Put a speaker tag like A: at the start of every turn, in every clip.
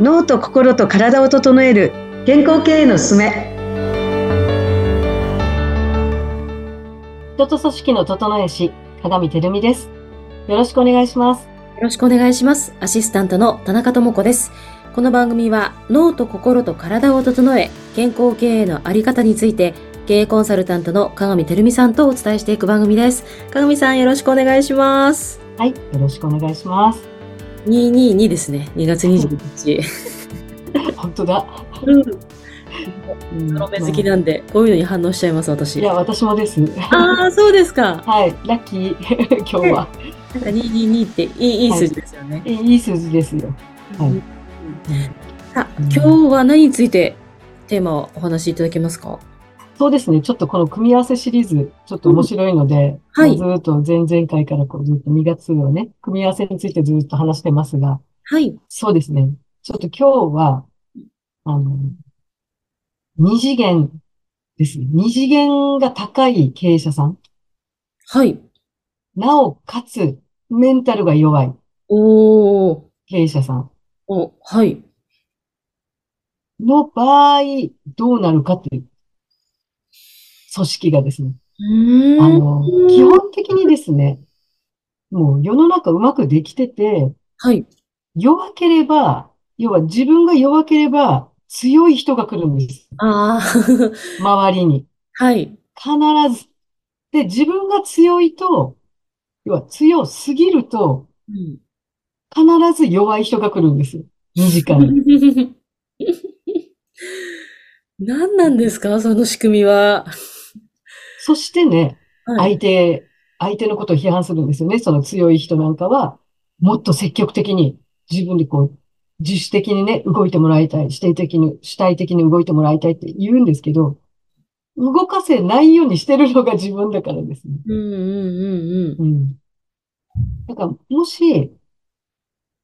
A: 脳と心と体を整える健康経営のすすめ
B: 人と組織の整え師、鏡てるみです。よろしくお願いします。
C: よろしくお願いします。アシスタントの田中智子です。この番組は脳と心と体を整え、健康経営のあり方について、経営コンサルタントの香上照美さんとお伝えしていく番組です。香上さんよろしくお願いします。
B: はい、よろしくお願いします。
C: 222ですね。2月21日。
B: 本当だ。
C: うん。
B: うん
C: 黒目好きなんで、こういうのに反応しちゃいます、私。
B: いや、私もです。
C: ああ、そうですか。
B: はい、ラッキー。 今日は。
C: なんか222っていいいい数字ですよね。
B: いいいい数字ですよ。はい
C: うんさあ、今日は何についてテーマをお話しいただけますか
B: そうですね。ちょっとこの組み合わせシリーズ、ちょっと面白いので、
C: うんはい
B: ずっと前々回からこうずっと2月をね、組み合わせについてずっと話してますが、
C: はい。
B: そうですね。ちょっと今日は、あの、二次元ですね。二次元が高い経営者さん。
C: はい。
B: なおかつ、メンタルが弱い
C: おー。
B: 経営者さん
C: お、はい。
B: の場合、どうなるかという組織がですね。
C: う
B: あ
C: ん。
B: の、基本的にですね、もう世の中うまくできてて、
C: はい。
B: 弱ければ、要は自分が弱ければ強い人が来るんです。
C: ああ、
B: 周りに。
C: はい。
B: 必ず。で、自分が強いと、要は強すぎると、
C: うん。
B: 必ず弱い人が来るんですよ。2時間に。
C: 何なんですかその仕組みは。
B: そしてね、
C: はい。
B: 相手、相手のことを批判するんですよね。その強い人なんかは、もっと積極的に、自分でこう、自主的にね、動いてもらいたい。指定的に、主体的に動いてもらいたいって言うんですけど、動かせないようにしてるのが自分だからですね。
C: うんうんうんうん。
B: うん。だから、もし、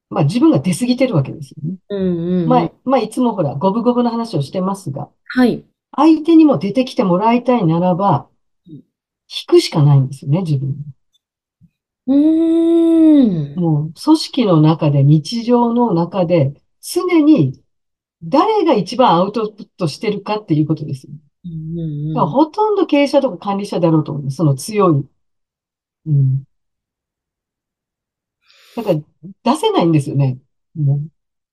B: まあ自分が出過ぎてるわけですよね。
C: うんうんうん。
B: まあ、まあ、いつもほら、五分五分の話をしてますが、
C: はい。
B: 相手にも出てきてもらいたいならば、
C: うん
B: 引くしかないんですよね、自分。
C: うーん。
B: もう、組織の中で、日常の中で、常に、誰が一番アウトプットしてるかっていうことですよ。
C: うんうんうん
B: だからほとんど経営者とか管理者だろうと思います。その強い。うん。だから、出せないんですよね。もう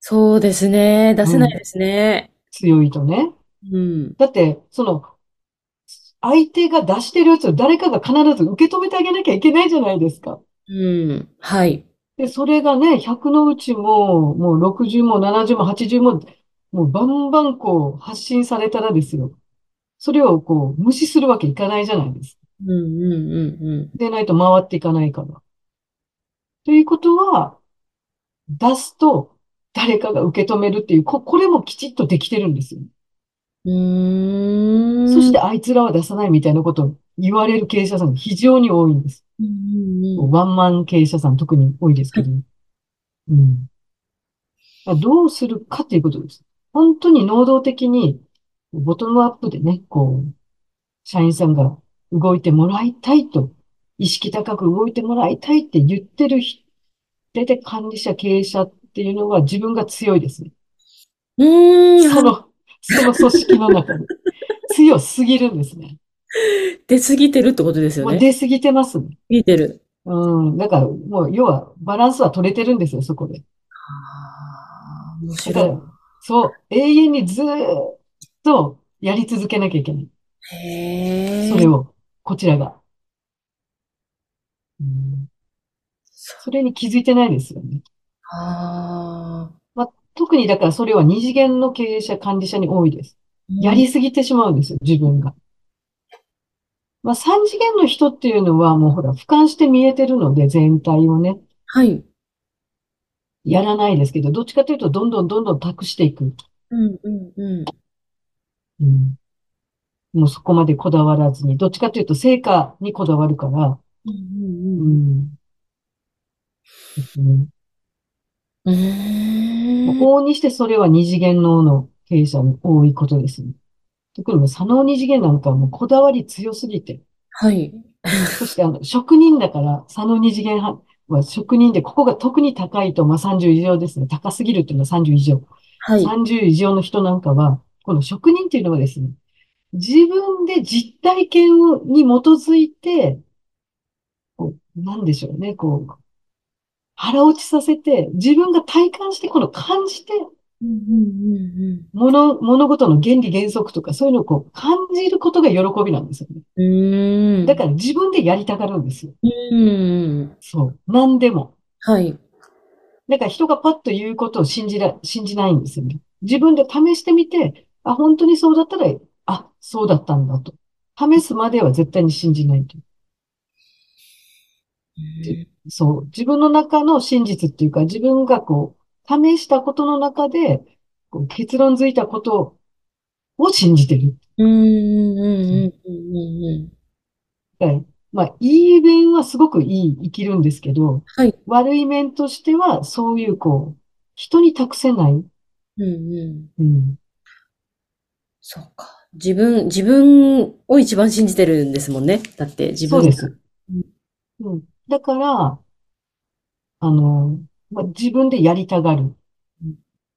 C: そうですね。出せないですね。
B: 強いとね。
C: うん。
B: だって、その、相手が出してるやつを誰かが必ず受け止めてあげなきゃいけないじゃないですか。
C: うん。はい。
B: で、それがね、100のうちも、もう60も70も80も、もうバンバンこう発信されたらですよ。それをこう無視するわけいかないじゃないですか。
C: うんうんうんうん。
B: でないと回っていかないから。ということは、出すと誰かが受け止めるっていう、こ、これもきちっとできてるんですよ。
C: うーん。
B: そして、あいつらは出さないみたいなことを言われる経営者さんが非常に多いんです。
C: うんうんうん
B: ワンマン経営者さん特に多いですけど。うん。まあどうするかっていうことです。本当に能動的に、ボトムアップでね、こう、社員さんが動いてもらいたいと、意識高く動いてもらいたいって言ってる人、大体管理者、経営者っていうのは自分が強いですね。
C: うーん。
B: その、その組織の中 に。強すぎるんですね。
C: 出過ぎてるってことですよ
B: もう
C: ね。
B: 出過ぎてますね。
C: 過ぎてる。
B: うん。だから、もう、要は、バランスは取れてるんですよ、そこで。
C: ああ、面
B: だから
C: 白、
B: そう、永遠にずーっとやり続けなきゃいけない。
C: い。へえ。
B: それを、こちらが。うんそれに気づいてないですよね。
C: ああ。
B: 特にだからそれは二次元の経営者、管理者に多いです。やりすぎてしまうんですよ、自分が。まあ三次元の人っていうのはもうほら、俯瞰して見えてるので、全体をね、
C: はい。
B: やらないですけど、どっちかというとどんどんどんどん託していく。
C: うんうんうん。
B: うんもうそこまでこだわらずに、どっちかというと成果にこだわるから、
C: う
B: う
C: んうん
B: ん。ですね
C: うん。うーん。
B: 往々にしてそれは二次元のの経営者に多いことですね。特にもう左脳二次元なんかはもうこだわり強すぎて、
C: はい。
B: そしてあの、職人だから、左脳二次元は職人で、ここが特に高いと、まあ、30以上ですね。高すぎるっていうのは30以上。
C: はい。
B: 30以上の人なんかは、この職人っていうのはですね、自分で実体験をに基づいて、こう、なんでしょうね、こう、腹落ちさせて、自分が体感して、この感じて、
C: うんうんうん
B: 物、物事の原理原則とか、そういうのをこう、感じることが喜びなんですよね。
C: うん。うーん。
B: だから自分でやりたがるんですよ。
C: うん。
B: そう。何でも。
C: はい。
B: だから人がパッと言うことを信じら、信じないんですよね。自分で試してみて、あ、本当にそうだったら、あ、そうだったんだと。試すまでは絶対に信じないと。そう。自分の中の真実っていうか、自分がこう、試したことの中で、こう結論づいたことを信じてる。
C: うんうんうんうんうんうん。
B: はいまあ、いい面はすごくいい、生きるんですけど、
C: はい。
B: 悪い面としては、そういうこう、人に託せない。
C: うんうん。
B: うん。
C: そうか。自分、自分を一番信じてるんですもんね。だって自
B: そう
C: 分。
B: です。うん。だから、あの、まあ、自分でやりたがる
C: うん。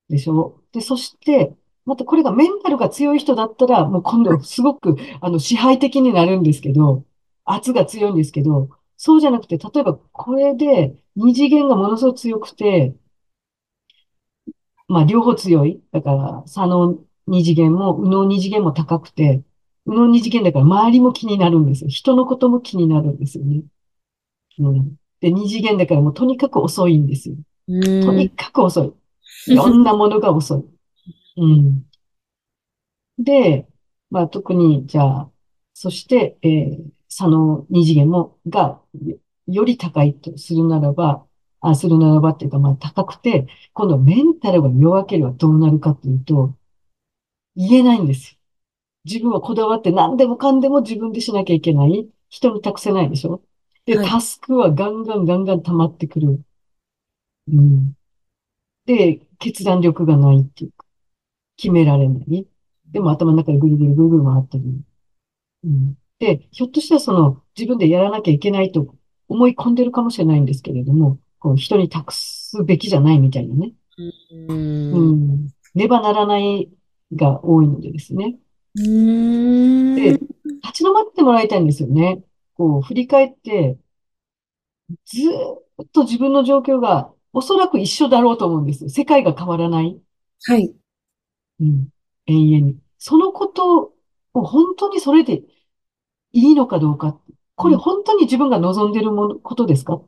B: でしょで、そして、またこれがメンタルが強い人だったら、もう今度すごく、あの、支配的になるんですけど、圧が強いんですけど、そうじゃなくて、例えばこれで二次元がものすごく強くて、まあ、両方強い。だから、左脳二次元も右脳二次元も高くて、右脳二次元だから周りも気になるんですよ。人のことも気になるんですよね。うん。で、二次元だからもうとにかく遅いんですよ。
C: うん。
B: とにかく遅い。いろんなものが遅い。うん。で、まあ特に、じゃあ、そして、えー、その二次元も、が、よより高いとするならば、あ、するならばっていうか、まあ高くて、今度メンタルが弱ければどうなるかっていうと、言えないんですよ。自分はこだわって何でもかんでも自分でしなきゃいけない。人に託せないでしょで、
C: はい
B: タスクはガンガンガンガン溜まってくる。うん。で、決断力がないっていうか、決められない。でも頭の中でぐるぐるぐるぐる回ってる。うん。で、ひょっとしたらその自分でやらなきゃいけないと思い込んでるかもしれないんですけれども、こう人に託すべきじゃないみたいなね。
C: う。
B: うんん。ねばならないが多いのでですね。
C: うん。
B: で、立ち止まってもらいたいんですよね。こう、振り返って、ずーっと自分の状況がおそらく一緒だろうと思うんですよ。世界が変わらない。
C: はい。
B: うん。永遠に。そのことを本当にそれでいいのかどうか。これ本当に自分が望んでるもの、ことですか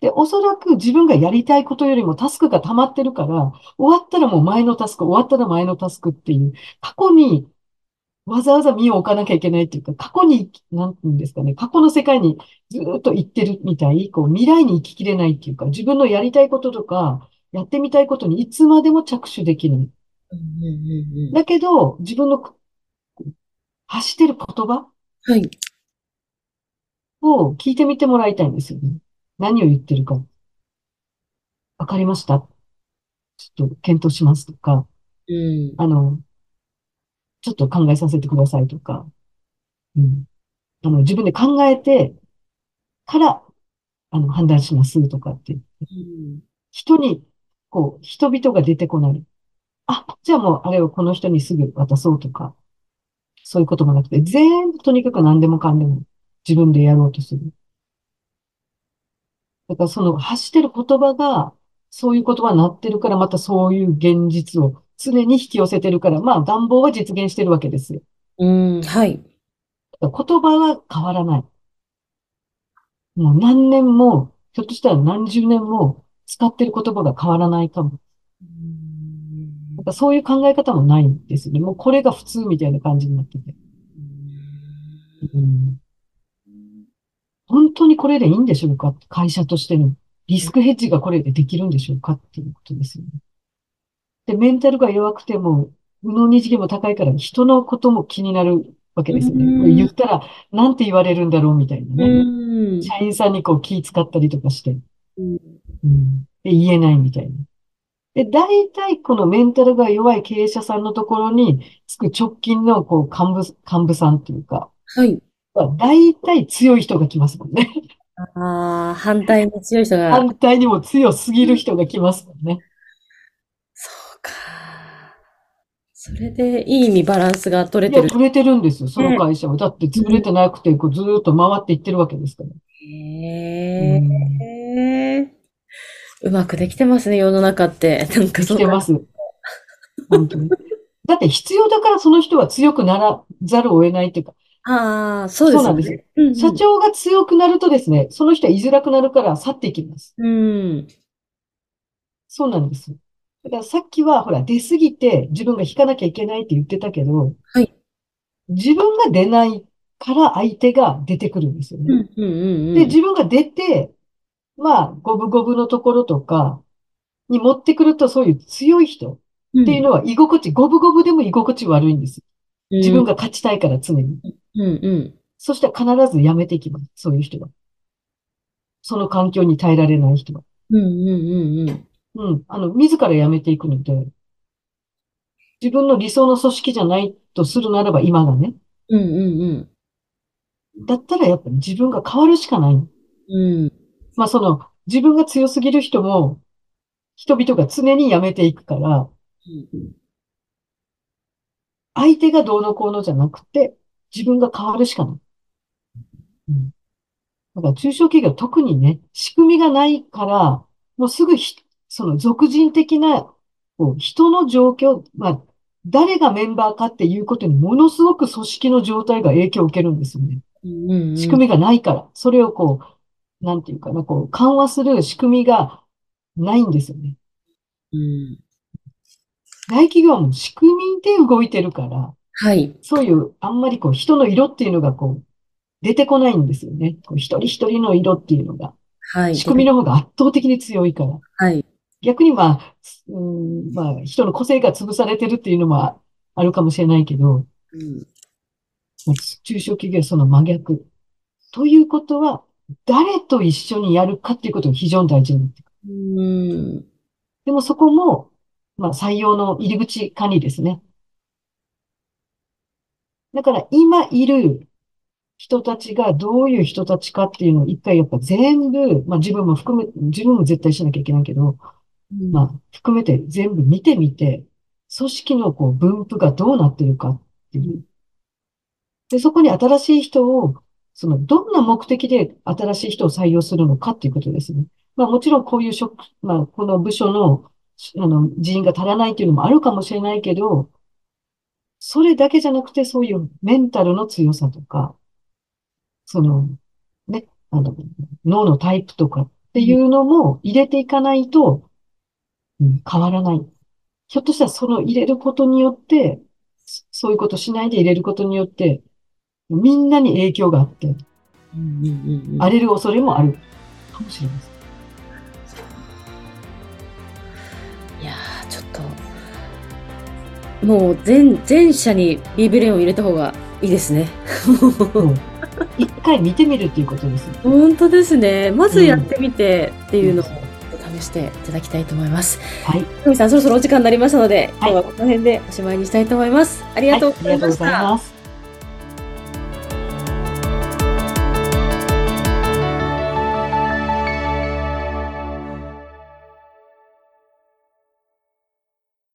B: で、おそらく自分がやりたいことよりもタスクが溜まってるから、終わったらもう前のタスク、終わったら前のタスクっていう、過去にわざわざ身を置かなきゃいけないっていうか、過去に、なんていうんですかね、過去の世界にずーっと行ってるみたい、こう未来に行ききれないっていうか、自分のやりたいこととか、やってみたいことにいつまでも着手できない。
C: うんうんうん。
B: だけど、自分のこう発してる言葉
C: はい。
B: を聞いてみてもらいたいんですよね。何を言ってるか。わかりました。ちょっと検討しますとか、
C: うん。
B: あの、ちょっと考えさせてくださいとか、うん。あの、自分で考えてから、あの、判断しますとかって。人に、こう、人々が出てこない。あ、じゃあもうあれをこの人にすぐ渡そうとか、そういうこともなくて、全部とにかく何でもかんでも自分でやろうとする。だからその発してる言葉が、そういう言葉になってるから、またそういう現実を常に引き寄せてるから、まあ願望は実現してるわけですよ。
C: うん。はい。
B: だから言葉は変わらない。もう何年も、ひょっとしたら何十年も使ってる言葉が変わらないかも。なんかそういう考え方もないんですよね。もうこれが普通みたいな感じになってて。うん本当にこれでいいんでしょうか会社としての。リスクヘッジがこれでできるんでしょうかっていうことですよね。で、メンタルが弱くても、右脳二次元も高いから人のことも気になるわけですよ
C: うん
B: ね。これ言ったら、なんて言われるんだろうみたいな
C: う
B: ね。
C: ん。
B: 社員さんにこう気使ったりとかして。
C: うん
B: うんで、言えないみたいな。で、大体このメンタルが弱い経営者さんのところにつく直近のこう幹部、幹部さんっていうか、
C: はい。
B: は大体強い人が来ますもんね。
C: ああ、反対に強い人が、
B: 反対にも強すぎる人が来ますもんね。
C: そうか。それでいい意味バランスが取
B: い
C: れて
B: や、
C: る。
B: くれてるんですよ、その会社は。だって潰れてなくて、こうずーっと回っていってるわけですから。
C: へ
B: うん
C: ーうまくできてますね、世の中って。なんか
B: 来
C: そう
B: てます。本当に。だって必要だからその人は強くならざるを得ないっていうか、
C: ああ、そうですよね。
B: そうなん
C: うんうん
B: 社長が強くなるとですね、その人は居づらくなるから去っていきます。
C: うん。
B: そうなんですよ。だからさっきはほら出すぎて自分が引かなきゃいけないって言ってたけど、
C: はい
B: 自分が出ないから相手が出てくるんですよ
C: う
B: ね。
C: んうんうんう
B: で、
C: ん。
B: 自分が出て、まあ、五分五分のところとかに持ってくるとそういう強い人っていうのは居心地、五分五分でも居心地悪いんです。自分
C: が。
B: が勝ちたいから常に。
C: うんうん。
B: そして必ず辞めていきます。そういう人は。その環境に耐えられない人は。
C: うんうんうんうん。
B: うん。あの、自ら辞めていくので、自分の理想の組織じゃないとするならば今がね。
C: うんうん
B: だったらやっぱり自分が変わるしかない。
C: うん。うん。
B: まあその、自分が強すぎる人も、人々が常に辞めていくから、相手がどうのこうのじゃなくて、自分が変わるしかない。うん。だから中小企業特にね、仕組みがないから、もうすぐひ、その俗人的な、こう、人の状況、まあ、誰がメンバーかっていうことにものすごく組織の状態が影響を受けるんですよね。
C: うんうんうん。
B: 仕組みがないから。それをこう、なんていうかな、こう、緩和する仕組みがないんですよね。
C: うん。
B: 大企業はもう仕組みで動いてるから、
C: はい。
B: そういう、あんまりこう、人の色っていうのがこう、出てこないんですよね。こう一人一人の色っていうのが、
C: はい。
B: 仕組みの方が圧倒的に強いから。
C: はい。
B: 逆にまあ、うーん、まあ、人の個性が潰されてるっていうのもああるかもしれないけど、
C: うん
B: まあ中小企業はその真逆。ということは、誰と一緒にやるかっていうことが非常に大事になってくる。
C: うん。
B: でもそこも、まあ、採用の入り口管理ですね。だから今いる人たちがどういう人たちかっていうのを一回やっぱ全部、まあ自分も含め、自分も絶対しなきゃいけないけど、まあ含めて全部見てみて、組織のこう分布がどうなってるかっていう。で、そこに新しい人を、そのどんな目的で新しい人を採用するのかっていうことですね。まあもちろんこういう職、まあこの部署の、あの人員が足らないっていうのもあるかもしれないけど、それだけじゃなくてそういうメンタルの強さとか、その、ね、あの、脳のタイプとかっていうのも入れていかないと、うん変わらない。ひょっとしたらその入れることによって、そそういうことしないで入れることによって、みんなに影響があって、
C: うんうんうん。
B: 荒れる恐れもあるかもしれません。
C: いやーちょっと、もう全、全社にビーブレインを入れた方がいいですね。
B: うん一回見てみるっていうことです。
C: 本当ですね。まずやってみてっていうのを試していただきたいと思います。
B: はい。
C: ふみさん、そろそろお時間になりましたので、
B: はい
C: 今日はこの辺でおしまいにしたいと思います。あり
B: は
C: が
B: い、
C: とう
B: あり
C: ござい
B: がとう
C: ま
B: ご
C: した。
B: ざいます。